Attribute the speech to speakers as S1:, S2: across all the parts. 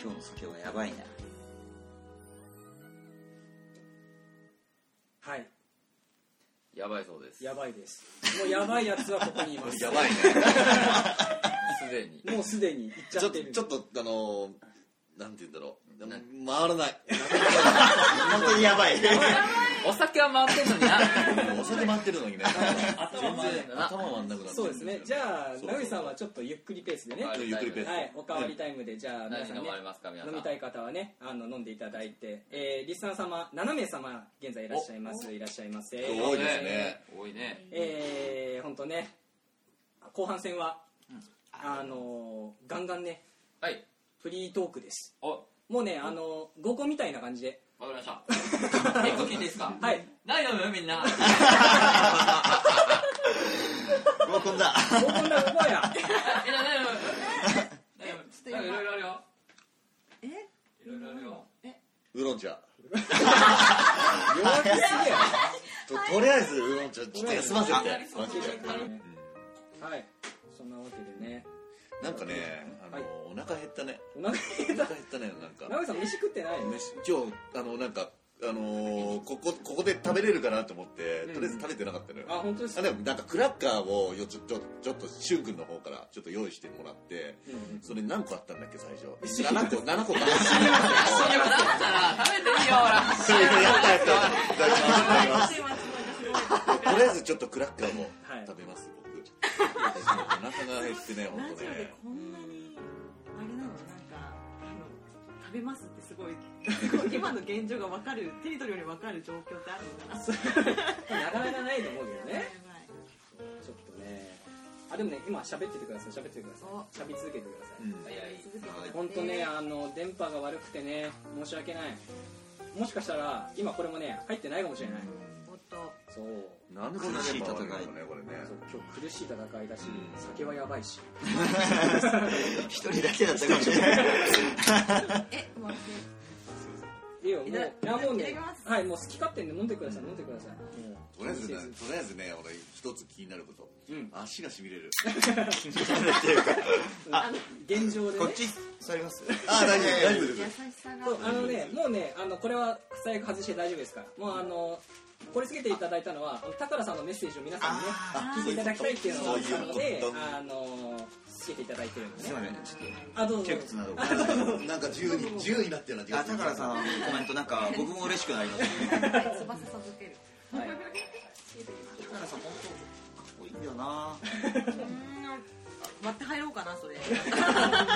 S1: 今日の酒はやばいな
S2: はい
S3: やばいそうです
S2: やばいですもうやばいやつはここにい ます
S3: やばいね すでに
S2: もうすでに行っち
S4: ち
S2: ゃ
S4: ょ
S2: っ
S4: ってと
S2: る
S4: ちょっとあのーなんて言うんだろうでも
S3: な
S4: 回らない本当にやばい
S3: お酒は回ってんのにな
S4: お酒回ってるのにね
S3: 頭
S4: 全
S3: 回るんだ
S4: 然
S3: な
S4: 頭回んなくなって
S2: そうですねじゃあ野口さんはちょっとゆっくりペースでね
S3: は
S2: は
S3: あ
S2: い
S3: い
S4: ゆっくりペースで
S2: おかわりタイムでじゃあ皆
S3: 何
S2: さ
S3: 飲
S2: んね
S3: まれますか皆さん
S2: 飲みたい方はねあの飲んでいただいて、えー、リスナー様7名様現在いらっしゃいますいらっしゃいませ
S4: 多いですね
S3: 多いね
S2: えー、本当ね後半戦は、あのーガンガンね
S3: はい
S2: フリートークです
S3: お
S2: もうね、あのー合コンみたいな感じで
S3: わかりました結構聞いていいですか
S2: はい
S3: 何飲むみんな
S4: 合コンだ
S2: 合コンだうまや
S3: え何飲む何飲む
S5: ちょっと今
S3: いろいろあるよ
S5: え
S3: いろいろあるよ
S4: ウーロン茶
S2: 弱気すぎや
S4: ととりあえずウーロン茶ちょっと休ませて
S3: あ
S4: マジで
S2: はいそんなわけでね
S4: なんかねあのお腹減ったね
S2: お腹
S4: お
S2: 減った
S4: 腹減ったねなんか
S2: 直江さん飯食ってないよね
S4: 飯今日あのなんかあのーここここで食べれるかなと思ってとりあえず食べてなかったのよ
S2: あ本当です
S4: あ
S2: か
S4: でもなんかクラッカーをよちょちょちょっとしゅんくんの方からちょっと用意してもらってそれ何個あったんだっけ最初7個7個かな
S3: でもだったら食べていいよほら
S4: それやったやった
S5: すいません
S4: とりあえずちょっとクラッカーも
S2: はい
S4: 食べます僕お腹が減ってね
S5: ラ
S4: 本当
S5: ジオで
S4: ね
S5: こんなにあれなのなんかあの食べますってすごいすごい今の現状が分かるテリトリーより分かる状況ってあるのかな
S2: なかなかないと思うけど
S5: や
S2: ねちょっとねあでもね今喋っててください喋っててください喋り続けてください、
S4: うん
S3: 早い
S5: ばい
S2: 本当ねあの電波が悪くてね申し訳ないもしかしたら今これもね入ってないかもしれない
S5: おっと
S2: そう
S4: なんでこんなに回るのかねこれね
S2: そう今日苦しい戦いだし酒はやばいし
S6: 一人だけだったかもしれない
S5: えもう
S2: いいよもう
S5: いただ
S2: いやもう
S5: い
S2: ね
S5: ただきます
S2: はいもう好き勝手に飲んでください飲んでくださいもう
S4: とりあえずねとりあえずね俺一つ気になること
S2: うん
S4: 足がしびれる
S2: 現状で
S6: こ
S2: ね
S6: っち座ります
S4: あ大丈夫大丈夫
S5: 優
S4: で
S5: し
S4: す
S5: さが
S2: そうあのねもうねあのこれは最悪外して大丈夫ですからもうあのこれつけていただいたのはタカラさんのメッセージを皆さんにね
S6: あ
S2: 聞いていただきたいっていうのがあったので
S4: そういうこと
S2: あのつけていただいてるんです
S6: い
S2: ね
S6: ませんちょっ
S2: あどう
S6: と
S2: ぞ
S6: 窮屈なとこ
S4: なんか自由に自由になってるような気
S6: あ
S4: がする
S6: 高原さんのコメントなんか僕も嬉しくなりましたね
S5: 翼授ける
S2: はい
S6: 高原さん本当かっこいいんだよな
S5: 割って入ろうかなそれ
S2: 楽曲は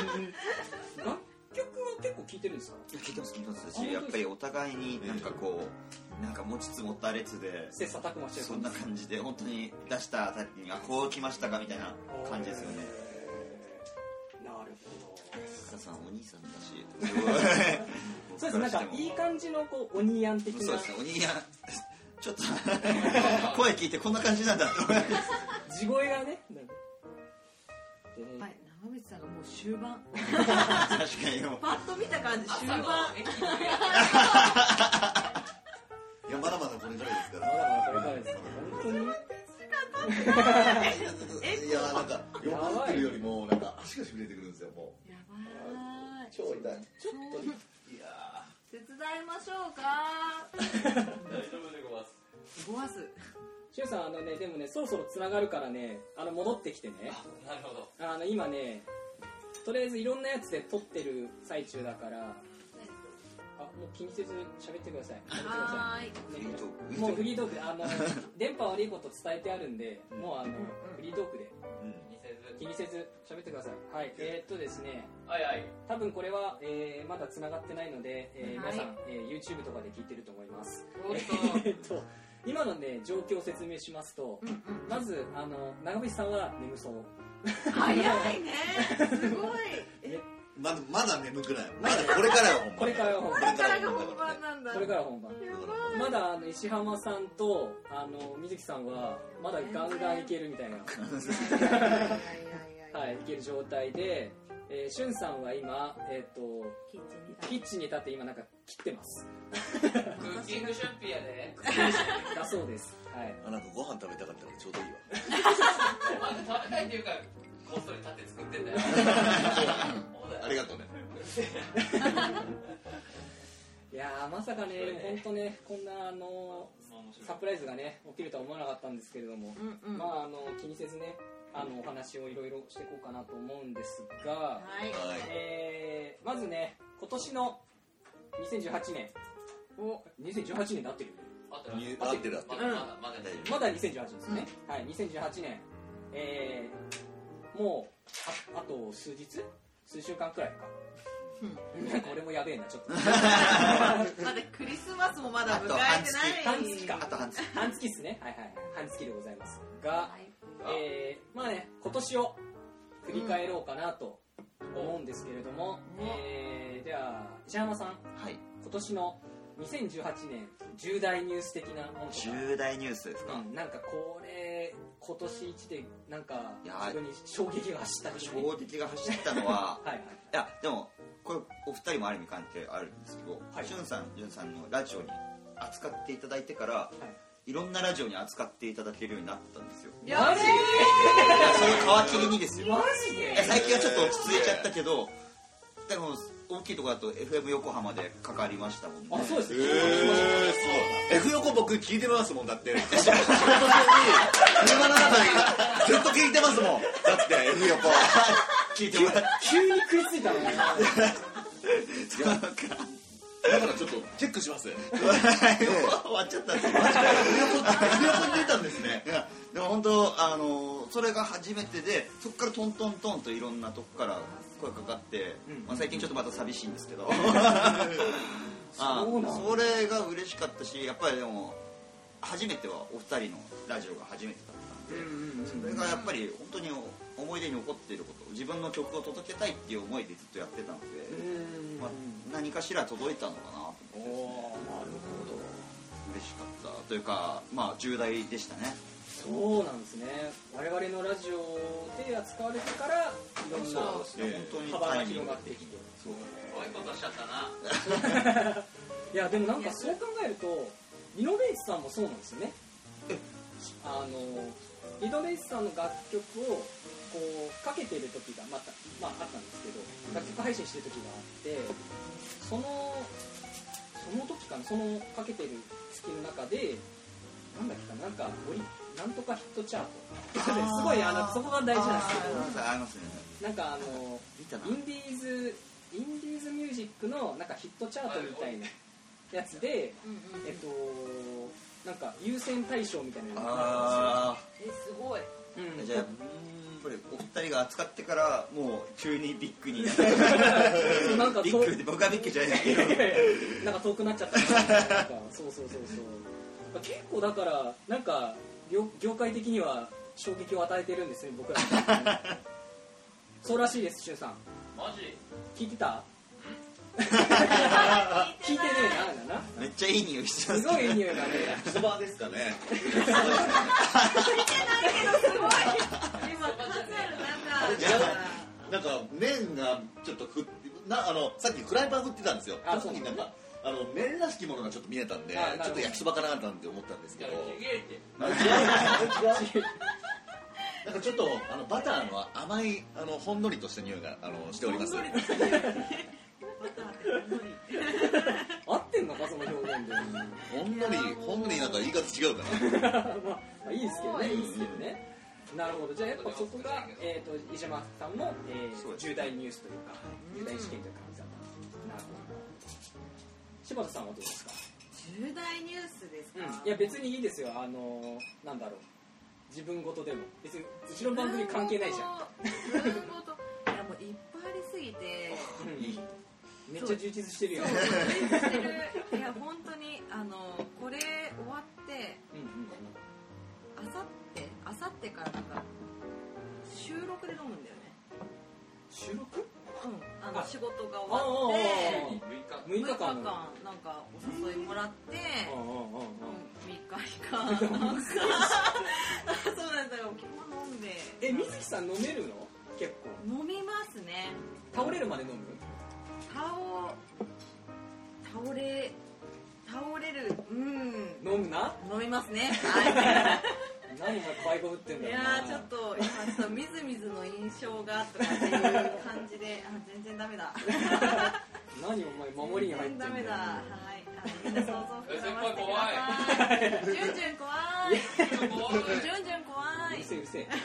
S2: 結構聴いてるんですか
S6: 聞いてます聞いてますしやっぱりお互いになんかこうなんか持ちつ持ったれつで
S2: 切磋琢磨してる
S6: そんな感じで本当に出したあたりにあこう来ましたかみたいな感じですよね
S2: なるほ
S6: 高原さんお兄さんだしすご い
S2: どそう
S6: 僕ら
S2: ですなん
S6: して
S2: か
S6: も
S2: いい感じのこう鬼やん的な
S6: そうですねお兄やん ちょっと 声聞いてこんな感じなんだって思います
S2: 地声がねなんかでね
S5: はい長渕さんがもう終盤
S6: 確かにもう
S5: パッと見た感じ終
S3: 朝
S5: 盤
S3: の駅の
S4: いやまだまだこれからですか
S2: ま
S4: ら
S2: だまだこれからですね本当に
S4: いやなんか酔っ払ってるよりもなんか足がしびれてくるんですよもう
S5: やばい
S4: 超痛い
S5: ちょっといや手伝いましょうか
S3: 大丈夫でございます
S5: ごわす
S2: しゅんさんあのねでもねそろそろつながるからねあの戻ってきてね
S3: なるほど
S2: あの今ねとりあえずいろんなやつで撮ってる最中だからあもう気にせず喋ってください喋ってくださ
S5: はーい
S2: いねもうフリートークであの 電波悪いこと伝えてあるんでもうあのフリートークで
S3: 気にせ
S2: 気にせ
S3: ず
S2: ず喋ってくださいはいえー、っとですね
S3: はいはい
S2: 多分これは、えーまだ繋がってないので、えー
S5: はい
S2: 皆さん、えー YouTube とかで聞いてると思います
S5: おっ
S2: えーっと今のね状況を説明しますと、
S5: うんうん
S2: まずあの長渕さんは眠そう
S5: 早いねすごい
S2: え
S4: まだまだ眠くないまだこれからよほんま
S2: これからよ本
S5: こ
S2: 番
S5: れからが本番なんだ
S2: これから本番
S5: や
S2: まだあの石浜さんとあの水木さんはまだガンガンいけるみたいな、
S5: ばいいやいやいやいや
S2: はい、いける状態で、えー、しゅんさんは今、えっと
S5: キッチンに
S2: キッチンに立って今なんか切ってます
S3: クッキング出費やで
S2: だそうです、はい、
S4: あなんかご飯食べたかったからちょうどいいわ
S3: お前食べたいっていうからこっそり立って作ってんだよそうだよ
S4: ありがとうね
S5: あ
S2: いやーまさかね、
S3: そ
S2: で
S3: れ
S2: も
S3: ね
S2: 本当ね、こんなあの
S3: まあ面白い
S2: サプライズがね、起きるとは思わなかったんですけれども、
S5: うんうん。
S2: まああの気にせずね、あのお話をいろいろしていこうかなと思うんですが、
S5: はい。
S4: はい
S2: えーまずね、今年の2018年、
S5: お、
S2: 2018年になってるよね
S3: あと
S4: に合ってる合って
S3: ま
S4: る
S3: だまだまだ
S4: 大丈
S2: まだ2018ですね、はい、2018年、えーもうああと数日、数週間くらいか、なんか俺もやべえな、ちょっと、
S5: まだクリスマスもまだ迎えてない。
S2: 半月か
S6: あと半月
S2: 半月っすね、はいはいはい、半月でございますが、えーまあね、今年を振り返ろうかなと思うんですけれども、
S5: うん
S2: えーでは、石山さん、
S6: はい
S2: 今年の2018年重大ニュース的なものとか。
S6: 重大ニュースですか、
S2: うんなんかこれ今年一でなんか
S6: いや
S2: 自分に衝撃が走った的なね
S6: 衝撃が走ったのは
S2: はいはい
S6: いやでもこれお二人もある意味関係あるんですけど、
S2: はい
S6: しゅんさんじゅんさんのラジオに扱っていただいてからいろんなラジオに扱っていただけるようになったんですよ
S5: やべ
S6: いやその皮切りにですよ
S2: マジで
S6: いや最近はちょっと落ち着いちゃったけどでも大きいとこだと FM 横浜でかかりましたもんね
S2: あそうです
S4: え
S2: ね、
S4: ー、そう F 横僕聞いてますもんだって仕事中に車の中でずっと聞いてますもんだって F 横
S6: 聞いてもらっ
S2: 急に食いついたのね
S6: なんか
S4: だからちょっとチェックします
S6: 終わっちゃったんですよマジで F 横に出たんですねいやでも本当あのそれが初めてでそこからトントントンといろんなとこから声かかって、
S2: うん
S6: まあ、最近ちょっとまた寂しいんです けどあ
S2: そうなんだ
S6: それが嬉しかったしやっぱりでも初めてはお二人のラジオが初めてだったんで、それがやっぱり本当に思い出に残っていること自分の曲を届けたいっていう思いでずっとやってたので、
S2: うん
S6: まあ、何かしら届いたのかなと
S2: おー
S6: 思って
S2: なる
S6: 嬉しかったというかまあ重大でしたね
S2: ほどそうなんですね我々のラジオで扱われてからいろんな
S6: そうですね
S4: ええ
S6: 本当に
S2: 幅
S6: タ
S2: が
S6: イミン
S2: 広
S6: グ
S2: がってきて
S6: そう
S3: すごいことしちゃったない
S2: やでもなんかそう考えるとリノベイツさんもそうなんですよね
S6: え
S2: あのリノベイツさんの楽曲をこうかけてる時がまた、まあ、あったんですけど楽曲配信してる時があってそのその時かなそのかけてる月の中でなんだっけかななんかオリなんとかヒットチャート すごいあのそこが大事なんですけ
S6: ごめんなさいありますね
S2: どなんかあの
S6: 見たな
S2: インディーズインディーズミュージックのなんかヒットチャートみたいなやつで
S5: うんうん
S2: えっとなんか優先対象みたいなのがあ
S6: あ
S5: え、すごい。
S2: るん
S6: あ
S2: です
S6: じ
S2: よ
S6: ゃあやっぱりお二人が扱ってからもう急にビッグになった
S2: うんなんか
S6: ビ
S2: 遠
S6: ッグで僕はビッグじゃないけど
S2: くなんか遠くなっちゃったみたいななんかそうそうそうそう結構だからなんか業業界的には衝撃を与えてるんですね僕ら そうらしいですしゅんさん
S3: マジ
S2: 聞いてた聞いてねえなあだな
S6: めっちゃいい匂いしてますす
S2: ごいいい
S6: い
S2: 匂いがね
S4: そばですかね
S5: すごい。今、数ある中だから。
S4: なんか麺がちょっとふっなあのさっきフライパン振ってたんですよ
S2: あ
S4: その時
S2: そう
S4: なんかあの麺らしきものがちょっと見えたんで
S2: あなるほど
S4: ちょっと焼きそばかななんて思ったんです
S3: い
S4: け
S3: や
S4: ど
S3: ちぎれて
S4: あ違う違う違うなんかちょっとあのバターの甘いあのほんのりとした匂いがあのしております
S5: また待って、
S2: 合ってんのかその表現でま
S4: ほんのりほんのりなんか言い方違うか
S2: あまあいいですけどねいいですけどねなるほどじゃあやっぱそこが、えー、と石山さんの、えー
S6: そうです
S2: 重大ニュースというか重大事件という感じだったなるほど柴田さんはどうですか、
S5: 重大ニュースですか。
S2: いや別にいいですよあのーなんだろう自分ごとでも別にうちの番組関係ないじゃん
S5: ゃん。自分ごといやもういっぱいありすぎて。
S2: うんめっちゃ充実してるよね
S5: そうして るいや本当にあのこれ終わって
S2: うんうん
S5: あさってあさってからなんか収録で飲むんだよね。
S2: 収録
S5: うんあの
S2: あ
S5: 仕事が終
S2: ああ
S5: わって
S3: 6日
S2: 6日
S5: 6日
S2: 間
S5: 間なん
S2: の
S5: かお誘いもらって。
S2: うんうんうんうん
S5: 3日間なんかそうなんだよ基本飲んで
S2: え水木さん飲めるの結構
S5: 飲みますね
S2: 倒れるまで飲む
S5: 倒倒れ倒れるうん
S2: 飲むな
S5: 飲みます ねは
S2: 何がバイブ打ってん
S5: い
S2: だ
S5: い
S2: ろ
S5: やーちょっと今そうみずみずの印象がとかっていう感じであ全然ダメだ
S2: 何お前守りに入ってん
S5: ダメだ。
S2: よ
S5: はい。あのみんな想像膨らませ てください。ジュンジュン怖い。ジュンジュン怖
S2: う
S5: い。
S2: るせえうるせえ うる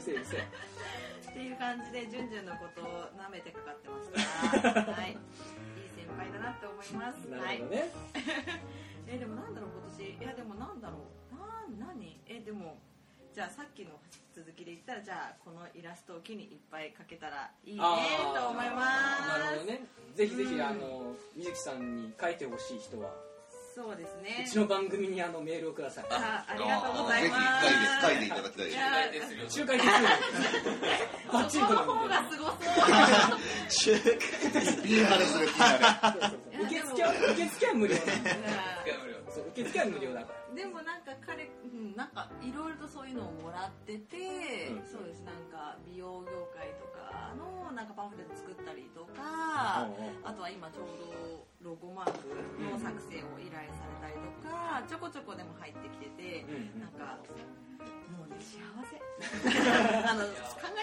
S2: せえうるせえ
S5: っていう感じでジュンジュンのことを舐めてかかってました。はい。いい先輩だなって思います。
S2: な
S5: は
S2: る
S5: い
S2: ほど。ね、
S5: えでもなんだろう今年いやでもなんだろうな何えでもじゃあさっきの続きで言ったらじゃあこのイラストを機にいっぱい描けたらいいね
S2: あー
S5: と思いま
S2: なるほ
S5: す
S2: どねぜひぜひ、
S5: うん
S2: あの水木さんに書いてほしい人は、
S5: そうですね
S2: うちの番組にあのメールをください
S5: あありがとうござ
S6: ぜ
S5: い
S6: ひ
S5: ます
S6: 一回で書いていただきたいで
S5: い
S6: す
S5: や
S3: 大ですよ
S2: 仲介手数料 バッチリ
S5: そこ
S2: 取る
S5: の方
S2: みたいな
S5: がすごそう
S4: ピーハレするピーハ
S5: いや
S2: 受
S5: でも
S2: 付は受付は無料なの
S3: 使うよ
S2: そう受付は無料だから
S5: でもなんか彼、うん、なんかいろいろとそういうのをもらってて、
S2: うん
S5: そうですなんか美容業界とかのなんかパンフレット作ったりとか、あとは今ちょうどロゴマークの作成を依頼されたりとか、ちょこちょこでも入ってきてて、
S2: うん
S5: なんかもうね幸 せあの考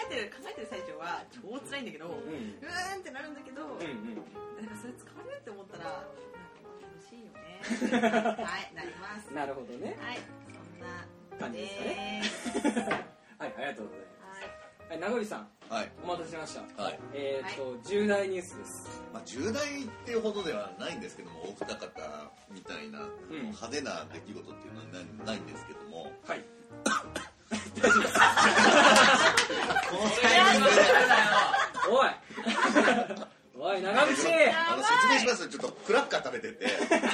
S5: えてる考えてる最中は超辛いんだけど、う
S2: うんうん
S5: ーんってなるんだけど、
S2: うんうん
S5: なんかそれ使われるって思ったらなんかもう楽しいよ ねはいなります
S2: うんなるほどね
S5: はいそんな
S2: 感じですかね
S5: す
S2: はいありがとうござい
S5: はい
S2: ますはい名残さん
S4: はい
S2: お待たせしました
S4: はい、
S2: えーっと重大ニュースです
S4: まあ、重大っていうほどではないんですけどもお二方みたいな
S2: うん
S4: 派手な出来事っていうのはないないんですけども
S2: はい
S4: この
S3: それは言われるなよ
S2: おい おい長渕
S4: あの説明しますよちょっとクラッカー食べてて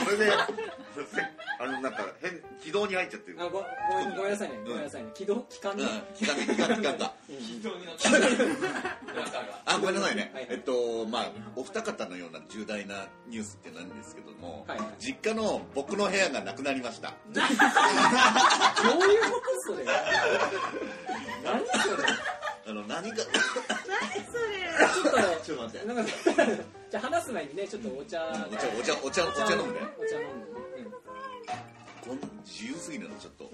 S4: それで あのなんか変軌道に入っちゃってる
S2: あごごめんごめんなさいねごめんなさいね軌道期間
S4: うん
S2: ね
S4: 聞かん聞かん聞かんか
S3: 非常に乗ったなんかが
S4: あごめんなさいね、
S2: はい
S4: えっとまあお二方のような重大なニュースってないんですけども、
S2: はいはい
S4: 実家の僕の部屋がなくなりました
S2: どういうことそれ何それ
S4: あの何か
S5: 何それ
S2: ちょっと
S4: ちょっと待って
S2: なんかじゃあ話す前にねちょっとお茶
S4: お茶お茶お茶お茶飲
S2: お茶飲
S4: むね
S2: んでね
S4: こん自由すぎるのちょっと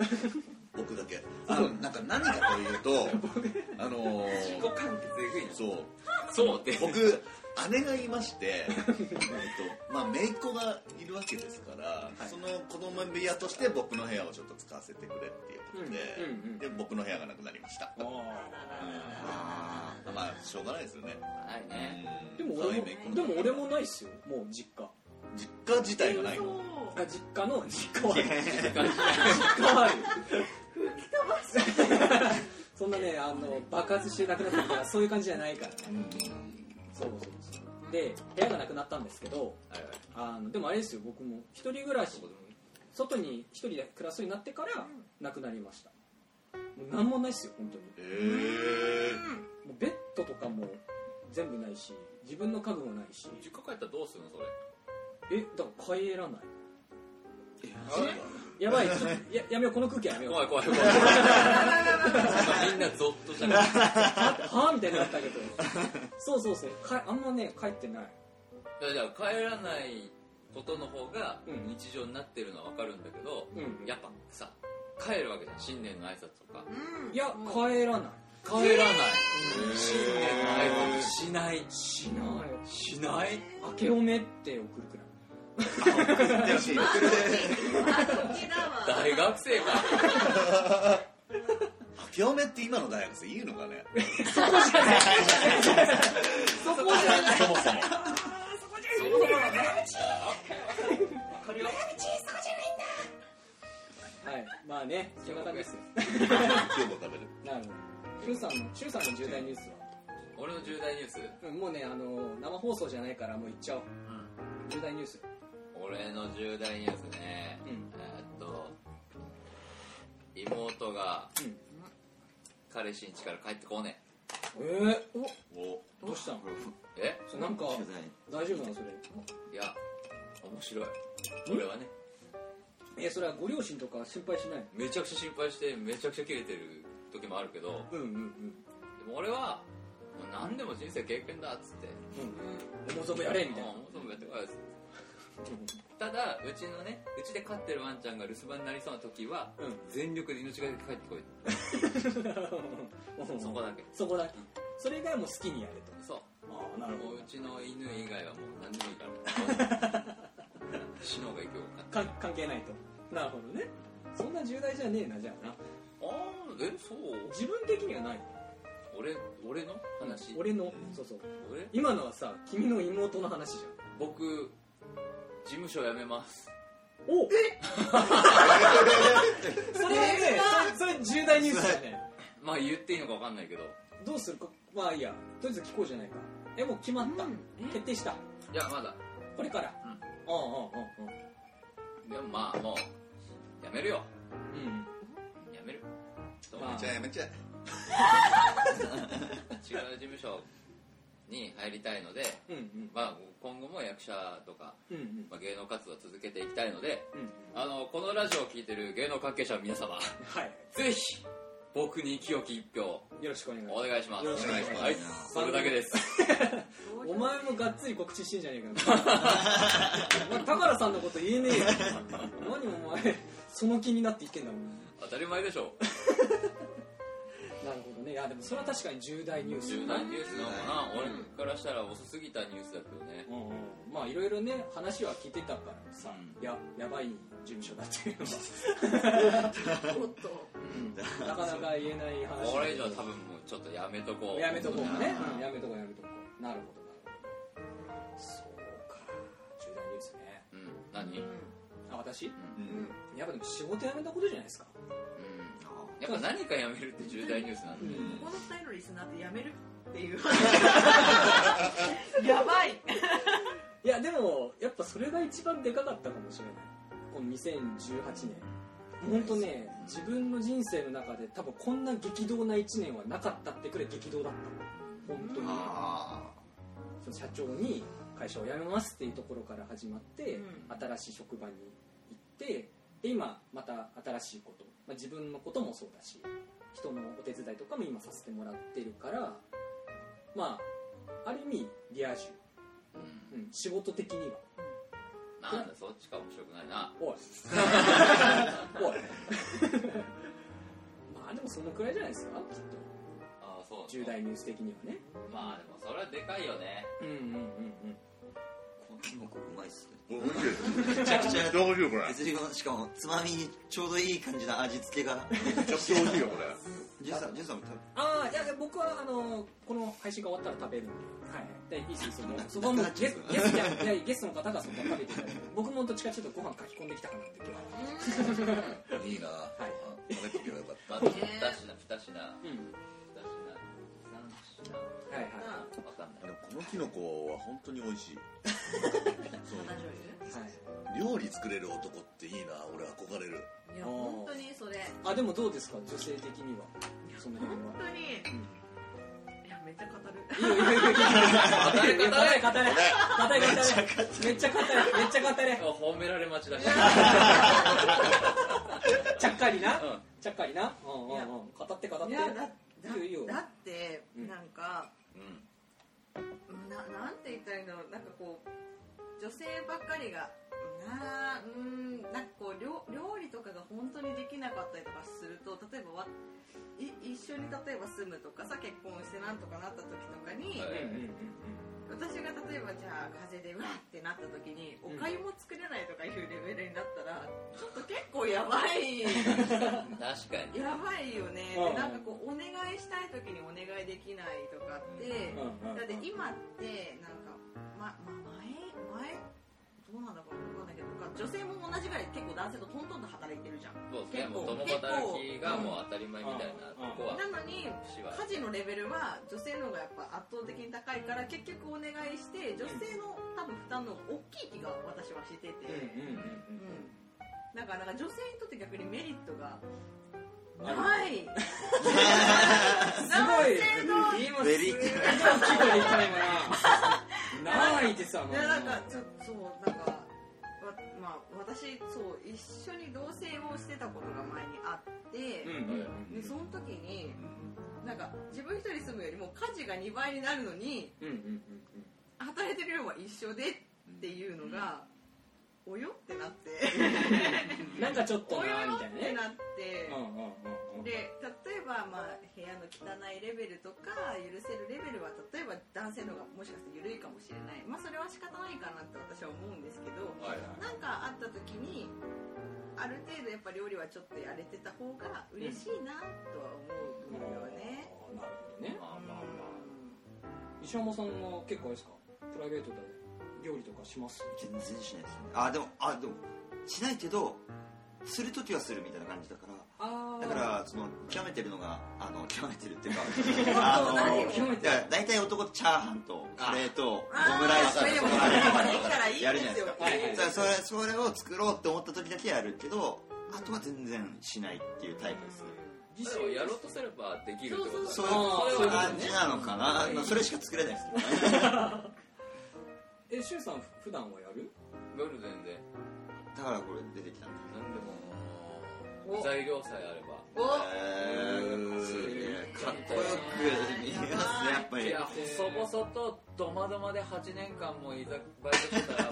S4: 僕だけあのなんか何かというとあの
S3: 自己
S4: ー
S3: 完結えぐいな
S4: そう
S3: そうって
S4: 僕姉がいまして、えっとまあ、姪っ子がいるわけですから、その子供部屋として僕の部屋をちょっと使わせてくれっていうことで、
S2: うんうんうん
S4: で僕の部屋がなくなりました、
S2: うん
S4: うんまあしょうがないですよね、
S3: はいね
S2: でも
S4: 可愛
S2: 俺
S4: い
S2: も
S4: 姪っ子の
S2: でも俺もないっすよもう実家
S4: 実家自体がない
S5: そ
S4: の
S5: う
S2: あ実家の実家はある
S4: 実
S2: 実家はあるそんなねあの爆発してなくなったとかそういう感じじゃないからねそうそうそうで部屋がなくなったんですけど
S4: はいはい
S2: あのでもあれですよ僕も一人暮らし外に一人で暮らすようになってから亡くなりましたもう何もないっすよ本当に
S4: え
S2: もうベッドとかも全部ないし自分の家具もないし
S3: 実家帰ったらどうするのそれ
S2: えだから帰らない
S3: え
S2: やばいちょっとややめようこの空気はやめよう
S3: 怖い怖い怖いみんなゾッとしただ
S2: ははみたいになったけど そうそうそうかあんまね帰ってない
S3: じゃあ帰らないことの方が
S2: うん
S3: 日常になってるのは分かるんだけど
S2: うん
S3: やっぱさ帰るわけじゃん新年の挨拶とか
S5: うん
S2: いや
S5: もう
S2: 帰らない
S3: 帰らない新
S4: ー
S3: 年の挨拶しない
S2: しない
S3: しない
S2: 明けおめって送るくらい
S4: でもし
S5: 好 きだわ
S3: 大学生か
S4: 明けおめって今の大学生いいのかね
S2: そこじゃない
S4: そもそも
S2: はいまあねそんな感じですよ
S4: 今日も食べる
S2: なるほど周さんの周さんの重大ニュースは
S3: 俺の重大ニュース
S2: うんもうねあの生放送じゃないからもう行っちゃおう重大ニュース
S3: 俺の重大ニュースね、
S2: うん
S3: えーっと妹が
S2: うん
S3: 彼氏ん家から帰ってこね
S2: えー、お
S4: お
S2: どうしたの
S3: え
S2: それなんか
S6: 取材
S2: 大丈夫なのそれ
S3: いや面白い俺はね
S2: えそれはご両親とか心配しない
S3: めちゃくちゃ心配してめちゃくちゃキレてる時もあるけど
S2: うんうんうん
S3: でも俺はもう何でも人生経験だっつって
S2: うんもうそこやれみたいな
S3: もうそうやってこいっつってただうちのねうちで飼ってるワンちゃんが留守番になりそうな時は
S2: うん
S3: 全力で命がけで帰ってこい
S2: うん
S3: そこだけ
S2: そこだけそれがもう好きにやると
S3: そう
S2: ああなるほ
S3: もうう
S2: ど
S3: ちの犬以外はもう何でもいいから。 死の方が今日か。
S2: か関係ないとなるほどねそんな重大じゃねえなじゃあな
S3: ああ、え、そう
S2: 自分的にはない
S3: 俺、俺の話。
S2: 俺のそうそう
S3: 俺
S2: 今のはさ君の妹の話じゃ
S3: 僕、事務所辞めます。
S2: んおえ それはねそれそれ重大ニュースだよね
S3: まあ言っていいのかわかんないけど。い
S2: どうするかまあいいやとりあえず聞こうじゃないかえもう決まった、
S5: うん
S2: 決定した
S3: や、まだ。
S2: これから
S3: う
S2: う
S3: ん
S2: んうんうん
S3: でもまあもう、辞めるよ。
S2: うんうん
S3: 辞める。そう
S2: まあ
S4: じゃあやめちゃえ
S3: 違う事務所に入りたいので、
S2: うんうん
S3: まあ今後も役者とか、
S2: うんうん
S3: まあ、芸能活動を続けていきたいので、
S2: うん
S3: あの、このラジオを聞いてる芸能関係者の皆様、
S2: はい
S3: ぜひ、僕に清き一票、
S2: よろしくお願いし
S3: お
S2: ます
S3: 願いします。
S2: よろしくお願いします
S3: はい、それだけです。
S2: お前もがっつり告知してんじゃねえ かよお前高良さんのこと言えねえよ何お前その気になって言ってんだもん
S3: 当たり前でしょ。
S2: なるほどねいやでもそれは確かに重大ニュース
S3: 重大ニュースなのかな、俺からしたら遅すぎたニュースだけどね。
S2: うんうんまあいろいろね話は聞いてたからさ、
S3: う
S2: ややばい事務所だっていうのは
S5: おっと
S2: なかなか言えない話
S3: これ以上多分もうちょっとやめとこう。
S2: やめとこうかね
S6: うん
S2: うんやめとこうやめとこうなるほどなるほどそうか重大ニュースね
S3: うん、何うん。
S2: あ私
S4: うん
S2: やっぱでも仕事辞めたことじゃないですか
S3: やっぱ何かやめるって重大ニュースなんで。
S5: ここの二人のリスナーってやめるっていうやばい
S2: いやでもやっぱそれが一番でかかったかもしれないこの2018年本当ね自分の人生の中で多分こんな激動な1年はなかったってくらい激動だった本当に
S6: あ
S2: その社長に会社を辞めますっていうところから始まって、
S5: うん
S2: 新しい職場に行ってで今また新しいこと、まあ、自分のこともそうだし人のお手伝いとかも今させてもらってるからまあある意味リア充、
S3: うん
S2: うん、仕事的には
S3: なんだ、そっちか面白くないな。
S2: おいおいまあでもそのくらいじゃないですかきっ
S3: ああ、そう
S2: と。重大ニュース的にはね
S3: まあでもそれはでかいよね。
S2: うんうんうんうん
S6: このキノコうまいっすね
S4: お面白いですね
S6: めちゃくちゃ
S4: めっちゃ面白いこれ
S6: 別にこのしかもつまみにちょうどいい感じの味付けが
S4: めちゃくちゃ美味しいよこれ
S6: ジュンさんジュンさんも食
S2: ああいやいや僕はあのこの配信が終わったら食べるんではいでいいしそのそこはもうゲスゲスじゃんいやゲストの方がそこは食べていただいて僕もどっちかちょっとご飯書き込んできたかなって今日は、
S4: いいな
S2: はい
S4: あ食べてけばよかっ
S3: まあ、
S4: た
S3: 二品、二品、二品、
S2: うん、
S3: 三品。
S2: はいはい
S5: うん
S3: わかん な
S4: で。も
S3: い
S4: このキノコは本当に美味しい
S5: 肌醤
S2: はい
S4: 料理作れる男っていいな俺憧れる
S5: 油いや本当にそれ
S2: あでもどうですか女性的にはその辺
S5: 本
S2: は
S5: 当にいやめっちゃ語る
S2: いいよいいよいいよい
S3: い
S2: いよ語れ語れ語れ語れめっちゃ語れ めっちゃ語れ
S3: 褒められ待ちだし。
S2: ちゃっかりな
S3: うん
S2: ちゃっかりなうんうん
S5: いや
S2: うん語って語っ
S5: い
S2: て
S5: やだだ
S2: いいよいいよ
S5: だって
S2: うん
S5: なんか、
S3: うん。
S5: ななんて言ったらいいんだろうなんかこう女性ばっかりがなあうーんなんかこう料料理とかが本当にできなかったりとかすると例えばわい一緒に例えば住むとかさ結婚してなんとかなった時とかに、
S3: はい
S2: うんうんうん
S5: 私が例えばじゃあ風邪でうわってなった時に
S2: う
S5: お
S2: ん
S5: 粥も作れないとかいうレベルになったらちょっと結構やばい
S3: 確かに。
S5: やばいよね
S2: うん
S5: でなんかこうお願いしたい時にお願いできないとかって、
S2: うんうん
S5: だって今ってなんか、まま、前前どうなんだか分かんないけどなんか女性も同じぐらい結構男性とトントンと働いてるじゃん
S3: そうですね。もう共働きがもう当たり前みたいなとこは
S5: な、のに
S3: 節は。
S5: 家事のレベルは女性の方がやっぱ圧倒的に高いから結局お願いして女性の多分負担の方が大きい気が私はして
S2: う
S5: て、
S2: んうんうん
S5: う
S2: うん
S5: んだからなんか女性にとって逆にメリットが
S2: なる
S5: ない
S2: すごい
S5: 男性の
S2: 今
S6: ベリー
S2: すげえ聞こえた今なないってさも
S5: いやなんかちょそうなんかわまあ私そう一緒に同棲をしてたことが前にあって、
S2: うんうん
S5: でその時になんか自分一人住むよりも家事が2倍になるのに
S2: うんうんうん
S5: 働いてる量は一緒でっていうのが、およってなって
S2: うんなんかちょっと
S5: およ
S2: なみた
S5: っ
S2: いな
S5: て
S2: ね
S5: なって
S2: うんうんうんうん
S5: で例えば、まあ、部屋の汚いレベルとか許せるレベルは例えば男性の方がもしかして緩いかもしれない、まあ、それは仕方ないかなって私は思うんですけど
S4: はい
S5: なんかあった時にある程度やっぱ料理はちょっとやれてた方が嬉しいなとは思うよね。
S2: あーなるほどね
S3: まあまあま
S2: 石山さんは結構あれですかプライベートで料理とかします
S6: 全然しないですねあでもあでもしないけどする時はするみたいな感じだから
S2: あ
S6: だからその極めてるのがあの極めてるっていうかあの
S5: 何を
S2: 極めて
S6: だから大体男チャーハンとカレーとオムライス
S5: あ
S6: と
S5: ー
S6: か
S5: でも
S4: それ
S5: できたらいいですよ
S6: やるじゃないですか
S2: はいは
S6: だ
S2: い
S6: からそれそれを作ろうって思った時だけやるけどあとは全然しないっていうタイプですね
S2: 自
S3: それをやろうとすればできるってことだね
S6: そういう
S2: あー
S6: そういう感じなのかな
S3: うん
S6: まあそれしか作れないですけどね
S2: えしゅうさん普段はやる
S3: 夜全然
S6: だからこれ出てきたんだ
S3: 何でも
S2: お
S3: 材料さえあれば
S5: お
S6: えーかっこよく見えますねやっぱ
S3: い
S6: り
S3: や細々とドマドマで8年間も居酒バイトしてたら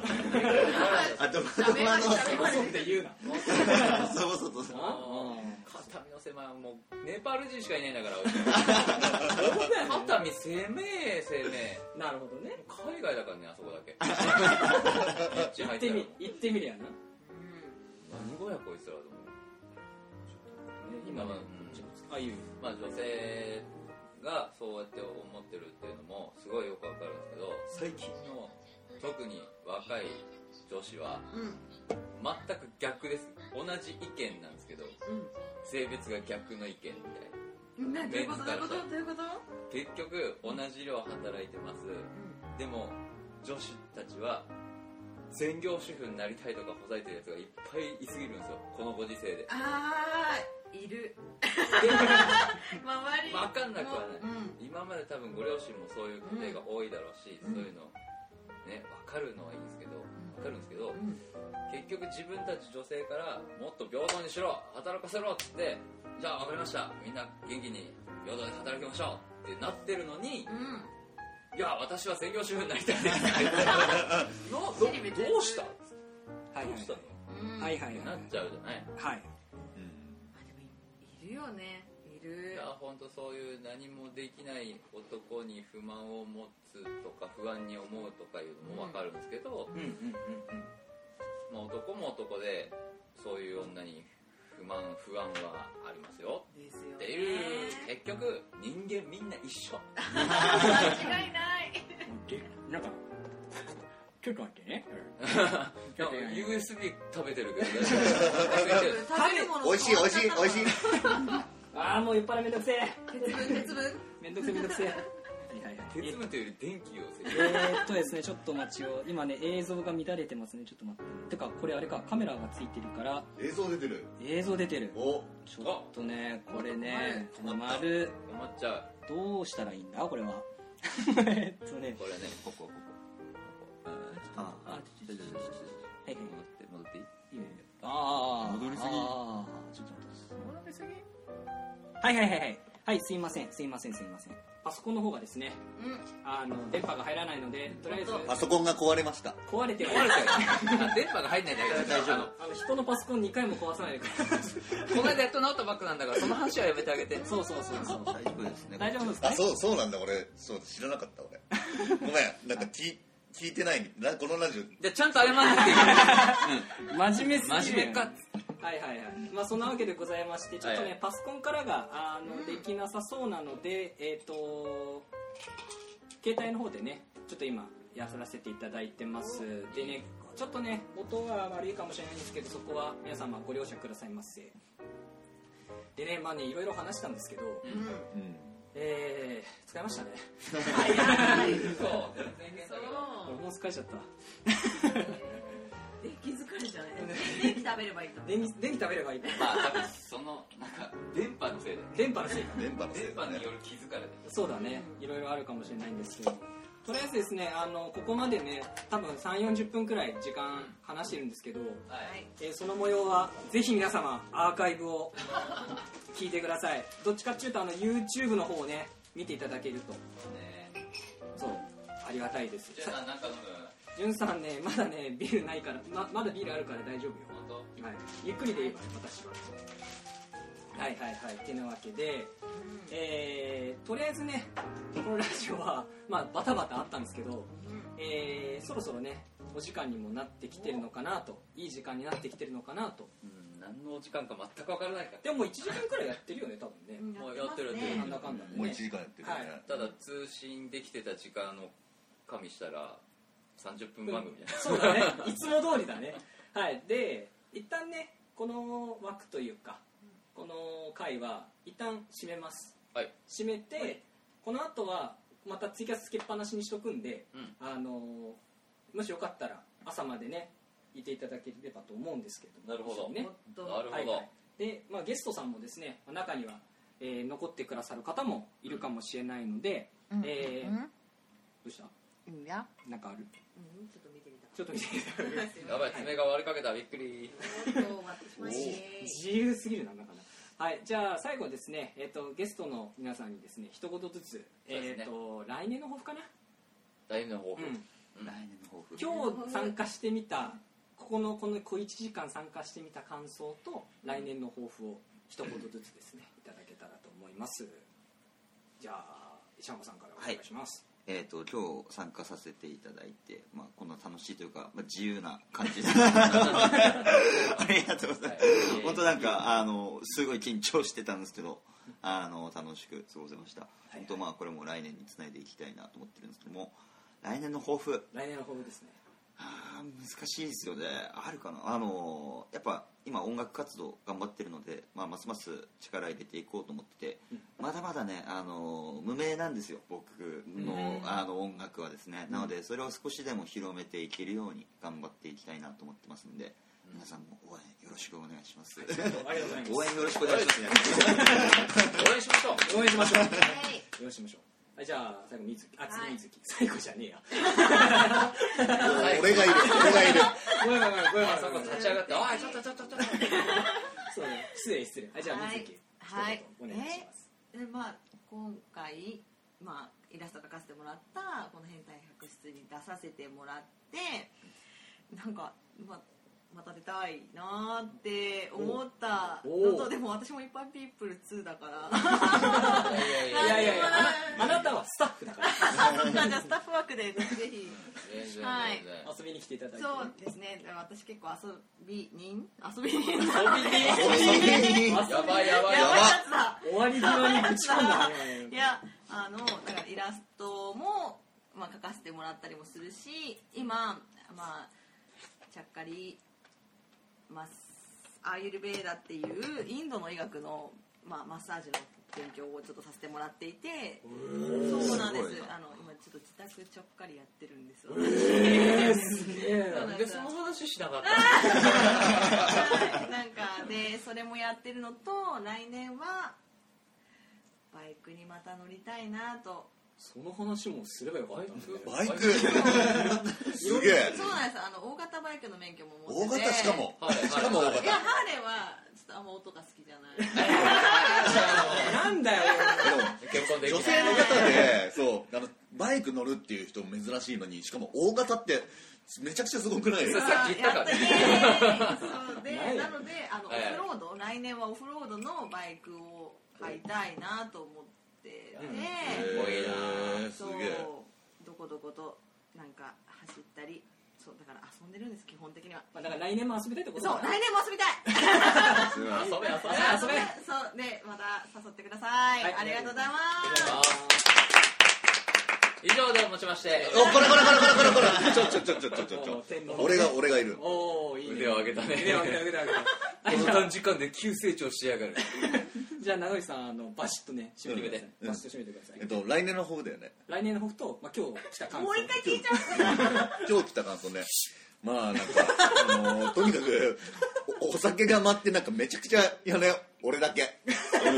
S6: あとドマの
S2: 嘘って言うな
S6: そこそこそう
S2: あ
S3: 肩身の狭いもうネパール人しかいないんだ から俺肩身狭え狭え
S2: あなるほどね
S3: 海外だからねあそ こだけ一
S2: 行
S3: 入
S2: っ
S3: った
S2: て
S3: ら
S2: み行ってみりゃな
S3: 何語やこいつらと思う
S2: 今ね
S3: うん
S2: あいう
S3: まあ女性がそうやって思ってるっていうのもすごいよくわかるんです
S6: 最
S3: けど
S6: 近
S3: もう特に若い女子は
S5: うんうん
S3: 全く逆です同じ意見なんですけど性別が逆の意見みたいな
S5: うんなどういうことどういうことどうい
S3: 結
S5: うこと
S3: 局同じ量働いてますでも女子たちは専業主婦になりたいとかほざいてるやつがいっぱいいすぎるんですよこのご時世で
S5: ああいる周り
S3: わかんなくはない
S5: うん
S3: 今まで多分ご両親もそういう家庭が多いだろうし、
S5: うん
S3: そういうのね分かるのはいいんですけど分かるんですけど、
S5: うん
S3: 結局自分たち女性からもっと平等にしろ働かせろっつってじゃあ分かりましたみんな元気に平等に働きましょうってなってるのに、
S5: うん
S3: いや私は専業主婦になりたい ですなど
S5: 尻滅裂
S3: どうした
S2: はい
S3: どうしたの
S5: うん
S2: はいはい
S3: って
S2: は
S3: ないっちゃうじゃない
S2: はい
S5: あでもいるよねい
S3: い
S5: る
S3: や本当そういう何もできない男に不満を持つとか不安に思うとかいうのも分かるんですけど、
S2: うんうんうん
S3: まあ、男も男でそういう女に不満不安はありますよ
S5: ですよ
S3: っていう
S5: ね
S3: 結局人間みんな 一緒
S5: 間違いない
S2: うんなんかちょっと待って ねちょっとね
S3: USB 食べてるけど 大丈夫
S5: 食べるもの
S6: 美味しい美味しい美味しい
S2: ああもう酔っ払いめんどくせえ
S5: 鉄分鉄分
S2: めんどくせえめんどくせえはいはいはい
S3: 鉄分というより電気を摂取
S2: えーっとですね、ちょっとお待ちを、今ね、映像が乱れてますね、ちょっと待って。てか、これあれか、カメラがついてるから、
S4: 映像出てる
S2: 映像出てる。
S4: お
S2: ちょっとね、これね、困る。
S3: 困っちゃう
S2: どうしたらいいんだこれは。 えっとね、
S3: これねここここここ
S6: あ
S3: ああちょっとちょっとちょっとちょっ
S2: はい
S3: と戻って戻っていい
S2: ああ、
S6: 戻りすぎ
S2: あーちょっと待って
S3: 戻りすぎ
S2: はいはいはいはい。はい、すいません、すいません、すいません。パソコンの方がですね、あの、電波が入らないので、とりあえず、
S5: 本
S6: パソコンが壊れました
S2: 壊れては
S3: 壊
S2: い
S3: れ
S2: る。
S3: たよあ電波が入んないんだから大丈夫
S2: あの、人のパソコン2回も壊さないでください。
S3: この間やっと治ったばっかなんだからその話はやめてあげて
S2: そうそうそうそう。
S6: 大丈夫ですね
S2: 大丈夫ですか、
S4: あ
S2: ね、
S4: そうそうなんだ俺そう知らなかった 俺ごめんなんか聞い聞いてないラこのラジオ
S3: じゃあちゃんと謝んなきゃいけない
S2: 真面目すぎる
S3: 真面目かっつって
S2: はいはいはいまあそんなわけでございましてちょっとね、
S3: はいはい
S2: パソコンからがあの、
S5: うん
S2: できなさそうなのでえっ、と携帯の方でねちょっと今やらせていただいてますでねちょっとね音は悪いかもしれないんですけどそこは皆様ご了承くださいませでねまあねいろいろ話したんですけど、
S5: うん
S4: うん
S2: えー、使いましたね
S5: 早い
S3: そう全然
S5: そ
S3: だけど
S2: 俺
S5: う
S2: もう疲れちゃった
S5: 電気疲れじゃない電気食べればいいと思う
S2: 電気電気食べればいい
S3: まあ多分そのなんか電波のせいだよ
S2: 電波のせいか
S4: 電波のせ
S3: 電
S4: い
S3: 波
S4: だ
S3: に
S4: ね
S3: よる気づかれだよ
S2: そうだね、いろいろあるかもしれないんですけど、とりあえずですね、あのここまでね、多分3、40分くらい時間話してるんですけど、
S5: はい
S2: えーその模様はぜひ皆様、アーカイブを聞いてください。どっちかっていうと、あの YouTube の方をね、見ていただけると、
S3: ね
S2: そう、ありがたいです。
S3: じゃ
S2: さ
S3: あなんか飲む
S2: じゅんさんね、まだね、ビールないから、ままだビールあるから大丈夫よ。
S3: 本当
S2: はい、ゆっくりでいいわね、私は。はいはいはいってなわけで、えーとりあえずねこのラジオは、まあ、バタバタあったんですけど、えーそろそろねお時間にもなってきてるのかなといい時間になってきてるのかなと
S3: うん何のお時間か全く分からないから
S2: でも1時間くらいやってるよね多分ね、
S5: うん
S3: もうやってるやってる
S2: なんだかんだでね
S4: もう1時間やってるよね、
S2: は
S3: ただ通信できてた時間の加味したら30分番組じゃない
S2: そうだねいつも通りだねはいで一旦ねこの枠というかこの回は一旦締めます
S3: はい
S2: 締めて、この後はまたツイキャスつけっぱなしにしとくんで、
S3: うん
S2: あのもしよかったら朝までねいていただければと思うんですけれども
S3: なるほど
S2: ね
S5: もっと
S3: なるほど
S2: はいはいで、まあ、ゲストさんもですね中には、えー残ってくださる方もいるかもしれないので、
S1: うん
S2: えー
S1: うん
S2: どうした
S1: いいよ
S2: なんかある
S5: うんちょっと見てみた
S2: ちょっと見てみた
S5: かったですよね
S3: やばい爪が割れかけたびっくり
S5: ちょっと終わってしまいました
S2: 自由すぎるななかなかはいじゃあ最後ですね、えっとゲストの皆さんにですね一言ずつ、
S3: そうです
S2: え
S3: ね
S2: っと来年の抱負かな、
S3: 大変の方法、
S2: う
S6: 来年
S2: ん、
S6: の抱負
S2: 今日参加してみたここのこの小1時間参加してみた感想と来年の抱負を一言ずつですねいただけたらと思いますじゃあ石山さんからお願いします、
S6: えー、と今日参加させていただいて、まあ、こんな楽しいというか、まあ、自由な感じで ありがとうございます、
S3: はい
S6: 本当なんかあのすごい緊張してたんですけどあの楽しく過ごせました、
S2: いはい
S6: 本当まあこれも来年につないでいきたいなと思ってるんですけども来年の抱負
S2: 来年の抱負ですね
S6: あー難しいですよねあるかなあのやっぱ今音楽活動頑張ってるので、まあ、ますます力入れていこうと思ってて、
S2: うん
S6: まだまだねあの無名なんですよ僕の,、
S2: うん
S6: あの音楽はですね、なのでそれを少しでも広めていけるように頑張っていきたいなと思ってますんで、皆さんも応援よろしくお願いします、
S2: ありがとうございます
S6: 応援よろしくお願いしますね
S3: 応援しましょう
S2: 応援しましょう
S1: はい
S2: 応援しましょうはいじゃあ最後水木あ
S5: は
S2: 次
S5: い
S2: 水木最後じゃねえやごめんごめんご
S4: 俺がいる俺がいる
S3: はい
S2: めん
S3: あそこ立ち上がって「おいちょっとちょっとちょっと」
S2: そうね失礼失礼はいじゃあ水木
S5: はい
S2: 一言お願いします
S5: でまあ今回、まあ、イラスト描かせてもらったこの「変態百出」に出させてもらってなんかままた出たいなーって思った
S2: おお
S5: のとでも私も一般ピープル2だから
S3: いやい
S2: い
S3: や
S2: や
S3: いや
S2: いやいやあなあなたはスタッフだから
S5: そっかじゃあスタッフ枠でぜひぜ
S3: 全然
S5: ひ
S3: 全然
S5: はい
S2: 遊びに来ていただいて
S5: そうですね私結構遊び人遊び 人
S3: やばいやばい
S5: や
S3: や
S5: ば
S3: ば
S5: い
S3: い
S5: やつだ
S2: 終わり際にぶち込んだね
S5: いやあのだからイラストも、まあ、描かせてもらったりもするし今、まあ、ちゃっかり、まあ、アーユルベーダっていうインドの医学の、まあ、マッサージの勉強をちょっとさせてもらっていてそうなんです
S6: すごいな
S5: あの今ちょっと自宅ちょっかりやってるんですよ
S2: えーすげえ
S5: そうなん
S3: で
S5: です
S3: その話しなかった
S5: はいなんかでそれもやってるのと来年はバイクにまた乗りたいなと
S2: その話もすればよかったんだよ
S4: バイ クすげえ
S5: そうなんですあの大型バイクの免許も持
S4: 大
S5: ってて
S4: 型しかも
S3: はい
S4: しかも大
S5: いや
S4: 型
S5: ハーレーはちょっとあんま音が好きじゃない
S2: なんだよ
S3: 結婚できな
S4: 女
S3: い
S4: 性の方でそうあのバイク乗るっていう人も珍しいのにしかも大型ってめちゃくちゃすごくないですか
S3: さっき言ったからね
S5: やったねそうで
S2: ないよ
S5: なのであのオ
S3: はいはい
S5: フロード来年はオフロードのバイクを買いたいなと思ってて、
S2: うん
S3: っこいい
S4: え
S3: な
S4: ーす
S5: そ
S4: げえ
S5: うどこどことなんか走ったりそうだから遊んでるんです基本的には
S2: まあだから来年も遊びたいってこと
S5: そう来
S2: だね
S5: 年も遊びたい
S6: すいません
S3: 遊べ
S2: あ
S3: 遊べ
S2: 遊べ
S5: そうでまた誘ってください、
S2: はい
S5: ありがとうございま
S3: あ以上でもちまして
S4: おこれこれこれこれこれこれちょちょちょちょちょちょちょ俺が俺がいる
S2: おおいいね
S3: 腕を上げたね
S2: 腕を上げた腕を上げた
S3: こ
S2: はい
S3: の
S2: じゃ
S3: 短時間で急成長しやがる
S2: あ じゃあ長井さんあのバシッとね締めてください
S4: うん
S2: バシッと締めてください
S4: えっと来年の方だよね
S2: 来年の北斗まあ今日来た
S5: す
S2: 感
S5: もう一回聞いちゃう
S4: 今日来た感想ねまあなんか、あのーとにかくおお酒が待ってなんかめちゃくちゃやね俺だ け、
S2: うん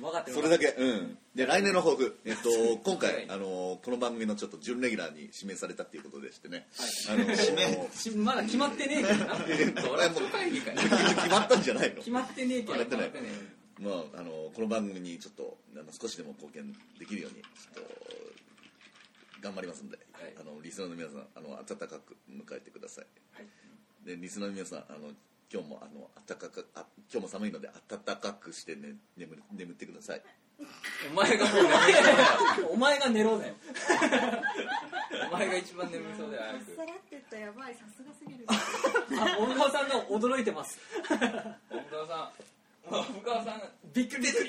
S2: 分かって
S4: うん、
S2: る
S4: それだけうんで来年の抱負えっと今回、あのーこの番組のちょっと準レギュラーに指名されたっていうことでしてね、あのー、指名
S2: しまだ決まってねえけどな
S3: ドラフト会議かよ
S4: 決まったんじゃないの
S2: 決まってねえけど
S4: 決まってない
S2: 決まってね
S4: まあ、あのこの番組にちょっとあの少しでも貢献できるようにちょっと頑張りますんで、
S3: はい
S4: あのリスナーの皆さんあの温かく迎えてください、
S2: はい
S4: でリスナーの皆さんあの今日もあの暖かくあ今日も寒いので暖かくして、ね、眠る眠ってください
S7: お前がもう眠
S8: お前が寝ろだよ
S7: そうお前が一番眠そうだよ
S5: か
S7: 早
S5: っ
S7: く
S5: さらってったやばいさすがすぎる
S8: あ小川さんが驚いてます
S7: 小川さん小川さん
S8: びっくりですは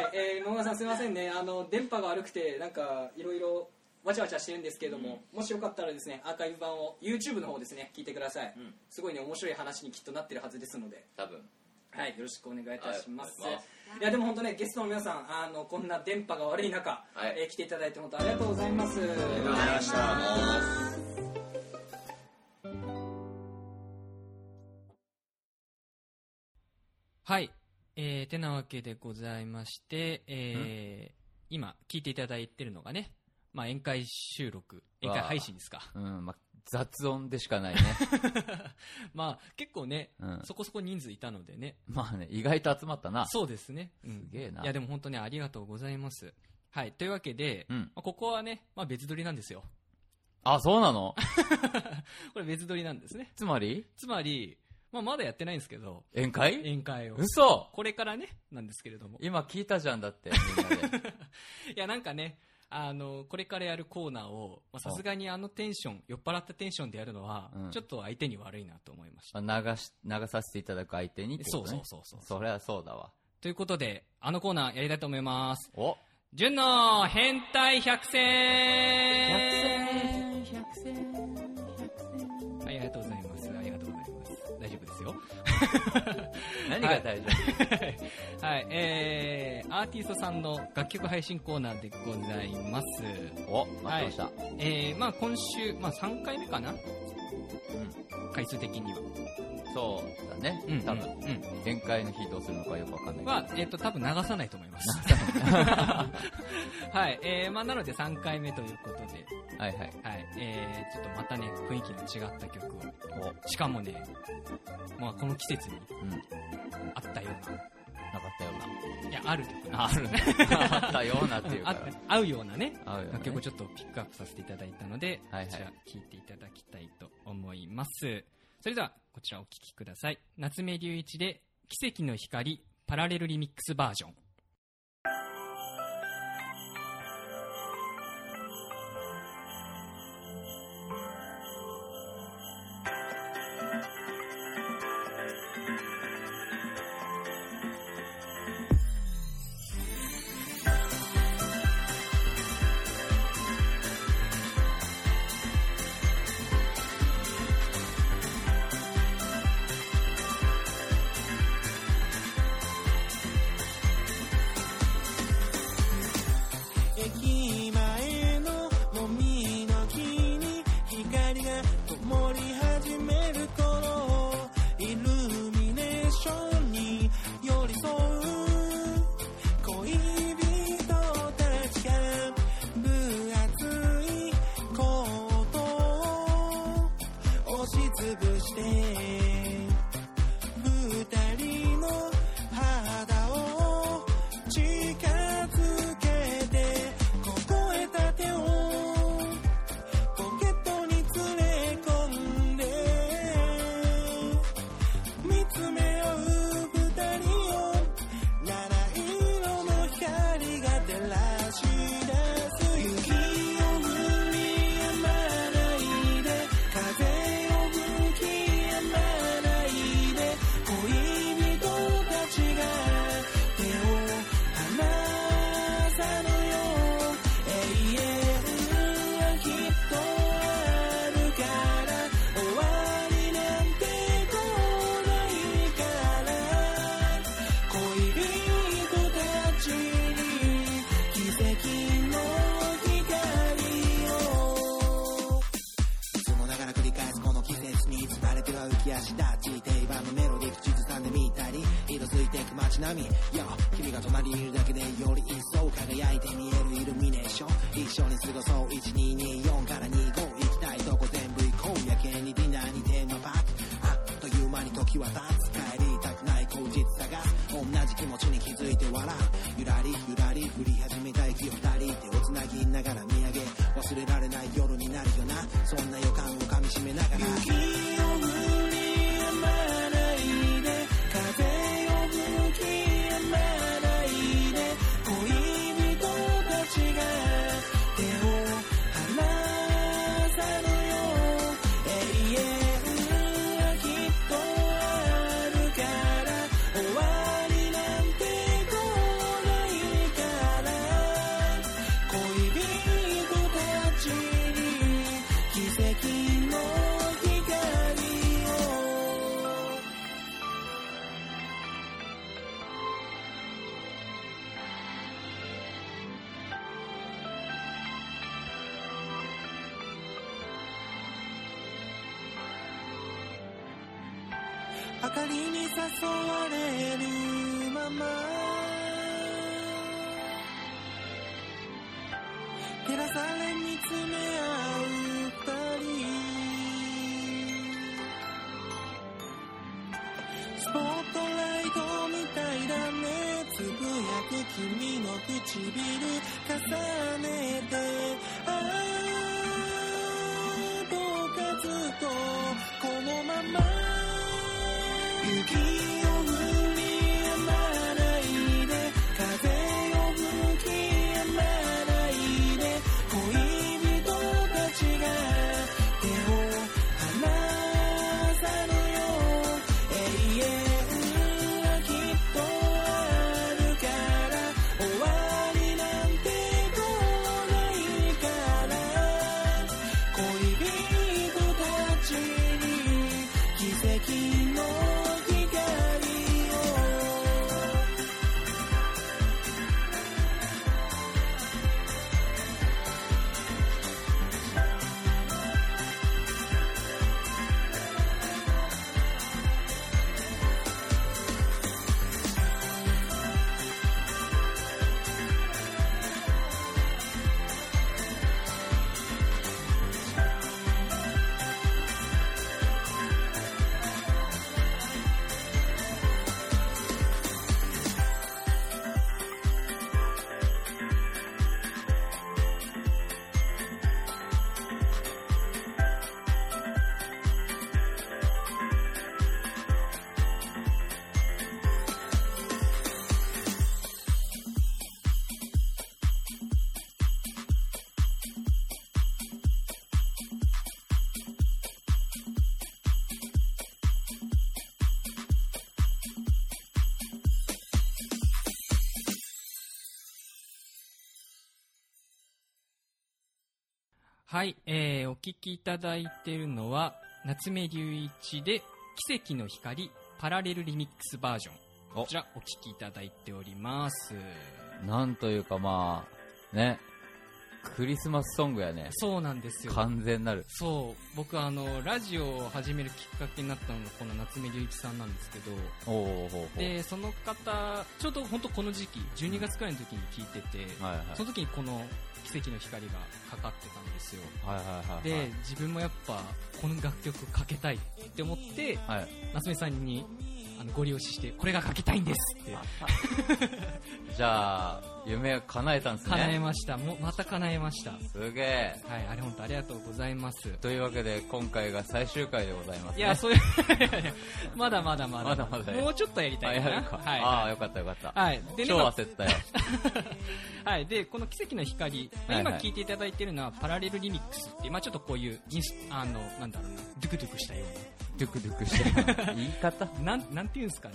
S8: い、えー、野村さんすいませんねあの電波が悪くてなんかいろいろわちゃわちゃしてるんですけれども、もしよかったらですねアーカイブ版を YouTube の方ですね聞いてください、
S7: うん
S8: すごいね面白い話にきっとなってるはずですので
S7: 多分
S8: はいよろしくお願いいたします、
S7: はいお願
S8: い
S7: いします
S8: やでも本当ねゲストの皆さんあのこんな電波が悪い中、
S7: はい
S8: えー来ていただいて本当ありがとうございます
S7: ざいま
S4: した
S2: はい。えー、てなわけでございまして、えー、今、聞いていただいてるのがね、まあ、宴会収録、宴会配信ですか。
S3: うん、まあ、雑音でしかないね。
S2: まあ、結構ね、
S3: うん。
S2: そこそこ人数いたのでね。
S3: まあね、意外と集まったな。
S2: そうですね。うん
S3: すげえない
S2: や、でも本当ね、ありがとうございます。はい。というわけで、
S3: うん。
S2: まあ、ここはね、まあ、別撮りなんですよ。
S3: あ、そうなの
S2: これ別撮りなんですね。
S3: つまり
S2: つまり、まあ、まだやってないんですけど、
S3: 宴会
S2: 宴会を。
S3: 嘘
S2: これからね、なんですけれども。
S3: 今聞いたじゃんだって、みんなで。
S2: いや、なんかね、あの、これからやるコーナーを、まあさすがにあのテンション、酔っ払ったテンションでやるのは、
S3: うん
S2: ちょっと相手に悪いなと思いました。
S3: まあ流し、流させていただく相手にって
S2: そ
S3: こ
S2: う
S3: と
S2: そう
S3: ね。
S2: そうそう。
S3: そりゃそうだわ。
S2: ということで、あのコーナーやりたいと思います。
S3: お
S2: 純の変態百選
S3: 百
S2: 選百選ありがとうございます。ありがとうございます。大丈夫ですよ。
S3: 何が大丈夫、
S2: はい、えー、アーティストさんの楽曲配信コーナーでございます。
S3: お待ってました。
S2: えー、まあ今週、まあ3回目かな回数的には。
S3: うん。そうだね。
S2: うん、
S3: 多
S2: う
S3: 分、
S2: んうん
S3: 宴会の日どうするのかよくわかんないけど。
S2: は、えっ、と、多分流さないと思います。 はい、えー、まあ、なので3回目ということで、
S3: はいはい。
S2: はい、えー、ちょっとまたね、雰囲気の違った曲を、しかもね、まあ、この季節に
S3: うん。な
S2: あったよ
S3: かったよ
S2: うな、いや、ある曲
S3: うな。
S2: な
S3: あるね。あったようなっていう
S2: あ
S3: か
S2: っ
S3: ら。
S2: 合うようなね、
S3: 合うよ、ね。
S2: 楽曲をちょっとピックアップさせていただいたので、
S3: はいはい
S2: こちら聴いていただきたいと思います。それでは、こちらお聴きください。夏目隆一で、奇跡の光、パラレルリミックスバージョン。
S9: 駅前のもみの木に光が灯り始める頃イルミネーションに寄り添う恋人たちが分厚いコートを押しつぶして二人の肌を近づけて凍えた手をポケットに連れ込んで見つめ合う二人を七色の光が照らし出す雪を降りやまないで風を吹きやまないで恋人たちが手を離さぬよう永遠はきっとあるから終わりなんて来ないから恋人たちに奇跡の光をいつもながら繰り返すこの季節に包まれては浮き足立ち定番のメロディー口ずさんでみたり色づいていく街並み Yo 君が隣にいるだけでより一層輝いて見えるイルミネーション一緒に過ごそう1224から25行きたいとこ全部行こう夜景にディナーにテーマパークあっという間に時は経つ帰りたくない口実さが同じ気持ちに気づいて笑うゆらりゆらり振り始めた息を二人手をつなぎながら見上げ忘れられない夜になるよなそんな予感をかみしめながら雪を降りやま明かりに誘われるまま照らされ見つめ合う二人スポットライトみたいだねつぶやく君の唇重ねてああどうかずっとこのまま雪を降りやまないで風を吹きやまないで恋人たちが手を離さぬよう永遠はきっとあるから終わりなんてどうないから恋人たちに奇跡の光を
S2: はい、えー、お聞きいただいてるのは、夏目隆一で、奇跡の光、パラレルリミックスバージョン。
S3: お
S2: こちら、お聞きいただいております。
S3: なんというかまあ、ね、クリスマスソングやね。
S2: そうなんですよ。
S3: 完全なる。
S2: そう、僕あの、ラジオを始めるきっかけになったのが、この夏目隆一さんなんですけど、
S3: おおほうほう。
S2: で、その方、ちょうど本当この時期、12月くらいの時に聞いてて、
S3: はいはい。
S2: その時にこの奇跡の光がかかってたんですよ。
S3: はいはいはいはい。
S2: で、自分もやっぱ、この楽曲かけたいって思って、
S3: はい。
S2: 夏目さんに、あの、ご利用しして、これがかけたいんですって、
S3: じゃあ、夢が叶えたんです
S2: 叶え
S3: ね。
S2: ました。もう、また叶えました。
S3: すげえ。
S2: はい、あれ本当ありがとうございます。
S3: というわけで、今回が最終回でございます、
S2: い
S3: ね。
S2: や、そう いう、まだまだまだ。
S3: まだまだや
S2: もうちょっとやりた
S3: あ、
S2: い
S3: や
S2: か
S3: る
S2: な。
S3: か。
S2: は
S3: ああ、よかったよかった。
S2: い。はい。でね
S3: 超焦ったよ。
S2: はい、でこの「奇跡の光」まあ
S3: はいはい
S2: 今聴いていただいてるのは「パラレルリミックス」っていう、まあ、ちょっとこういうインスあのなんだろうなドゥクドゥクしたよ
S3: ドゥクドゥクしてる。言い方
S2: うななんなんていうんですかね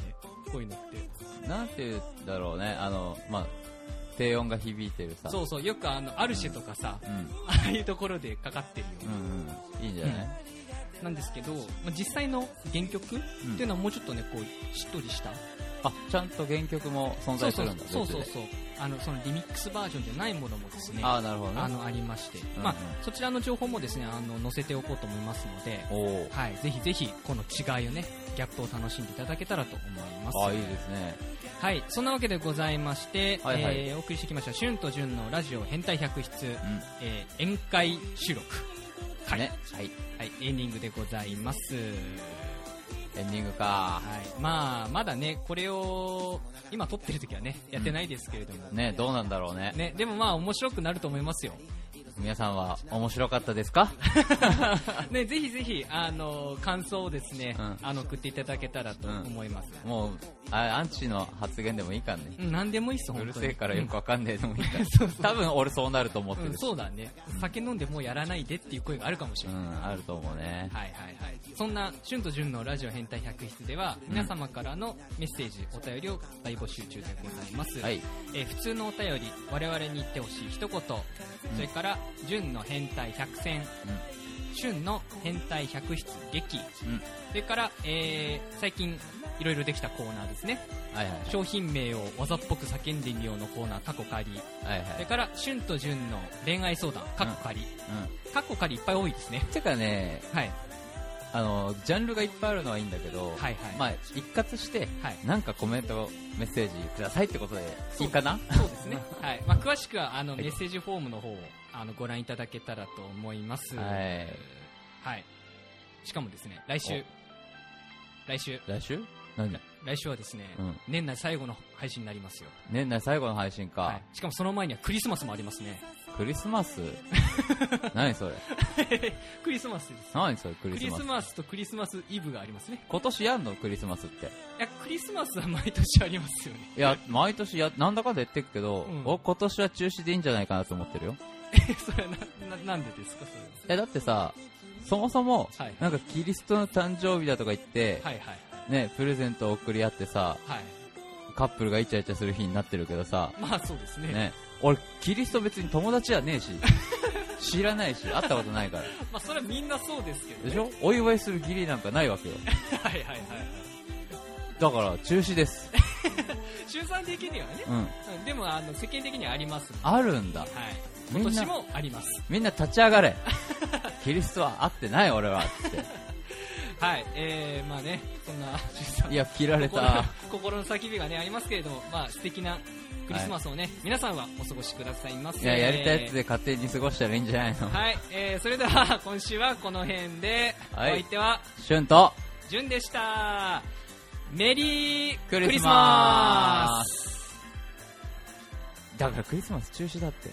S2: こういうのって
S3: なんて言うんだろうね。あの、まあ、低音が響いてるさ。
S2: そうそうよくあのアルシェとかさ、
S3: うん。
S2: ああいうところでかかってるよう
S3: う
S2: なん
S3: うん。いいんじゃない、
S2: なんですけど、まあ、実際の原曲って
S3: うん
S2: いうのはもうちょっとねこうしっとりした
S3: あ、ちゃんと原曲も存
S2: そう
S3: 在す
S2: そう
S3: るんだ。
S2: そうそう
S3: 別で
S2: そうあのそのリミックスバージョンじゃないものもですね
S3: あ
S2: あ
S3: あ、なるほどね。
S2: のありまして、
S3: うん
S2: まあ、そちらの情報もですねあの載せておこうと思いますので
S3: おお。
S2: はい、ぜひぜひこの違いをねギャップを楽しんでいただけたらと思います
S3: あ、いいですね。
S2: はいそんなわけでございまして、
S3: はいはい
S2: えーお送りしてきました「旬と旬のラジオ変態百出、
S3: うん。
S2: えー宴会収録」はい、
S3: ね。はい。
S2: はい、エンディングでございます
S3: エンディングか。
S2: はいまあまだねこれを今撮ってる時はねやってないですけれども、
S3: ね、どうなんだろうね。
S2: ね、でもまあ面白くなると思いますよ、
S3: 皆さんは面白かったですか
S2: ね、ぜひぜひあの感想をですね、
S3: うん
S2: あの送っていただけたらと思います、
S3: もう、あアンチの発言でもいいかんね。
S2: うん、何でもいいっす
S3: う
S2: 本当に
S3: るせえからよくわかんねえのもいいか
S2: そうそう
S3: 多分俺そうなると思って
S2: う
S3: る
S2: ん、
S3: し。
S2: そうだね、酒飲んでもうやらないでっていう声があるかもしれ
S3: う
S2: ない、
S3: ん、あると思うね。
S2: はいはいはいそんな「旬と旬のラジオ変態百室」では皆様からのメッセージお便りを大募集中でございます、
S3: はい。
S2: えー普通のお便り我々に言ってほしい一言、それから「旬の変態百選」旬の変態百室劇、
S3: ん
S2: それから、えー最近いろいろできたコーナーですね
S3: はいはい。
S2: 商品名を技っぽく叫んでみようのコーナー過去仮
S3: はいは
S2: それ
S3: い。
S2: から旬と旬の恋愛相談過去仮、
S3: う
S2: カッコカリいっぱい多いですね。
S3: ん。てかね、
S2: はい。
S3: あのジャンルがいっぱいあるのはいいんだけど、
S2: はいはい
S3: まあ、一括して、
S2: はい
S3: なんかコメントメッセージくださいってことでいいかな
S2: そう ですね。はい。まあ、詳しくは、あの、メッセージフォームの方を、あの、ご覧いただけたらと思います。
S3: はい。
S2: はい。しかもですね、来週、来週、
S3: 来週何
S2: ら来週はですね、
S3: うん
S2: 年内最後の配信になりますよ。
S3: 年内最後の配信か、
S2: はい。しかもその前にはクリスマスもあります ね。
S3: クリスマ ス何それ
S2: クリスマスです。
S3: 何それク
S2: ク
S3: リス
S2: リ
S3: マス
S2: スマスとクリスマスイブがありますね。
S3: 今年やんのクリスマスって
S2: いや、クリスマスは毎年ありますよね。
S3: いや毎年やなんだかんだ言ってるけど、
S2: うん
S3: 僕今年は中止でいいんじゃないかなと思ってるよ
S2: それはな、な、なんでですか、それは。
S3: えだってさそもそも、
S2: はい
S3: なんかキリストの誕生日だとか言って、
S2: はいはい。
S3: ね、プレゼントを送り合ってさ
S2: はい。
S3: カップルがイチャイチャする日になってるけどさ、
S2: まあそうですね。
S3: ね、俺キリスト別に友達じゃね えし知らないし会ったことないから
S2: まあそれはみんなそうですけど
S3: で
S2: ね。
S3: しょお祝いする義理なんかないわけよ
S2: はいはいはいはい。
S3: だから中止です
S2: 中産的にはね。
S3: うん
S2: うんでも、あの、世間的にはあります。は
S3: あるんだ
S2: い。
S3: みん
S2: 今
S3: な
S2: 年もあります。
S3: みんな立ち上がれキリストは会ってない 俺はって
S2: はい。えー、まあね、そんな、中産
S3: いや切られた
S2: 心の心の叫びがね、ありますけれども、まあ素敵なクリスマスをね、皆さんはお過ごしくださいませ。
S3: いややりたいやつで勝手に過ごしたらいいんじゃないの
S2: はい。えー、それでは、 今週はこの辺で、
S3: はい
S2: お相手は、
S3: シュンと
S2: じゅんでした。メリー
S3: ク
S2: ク
S3: リ
S2: リ
S3: ス
S2: ス
S3: マ
S2: マ
S3: スだからクリスマス中止だって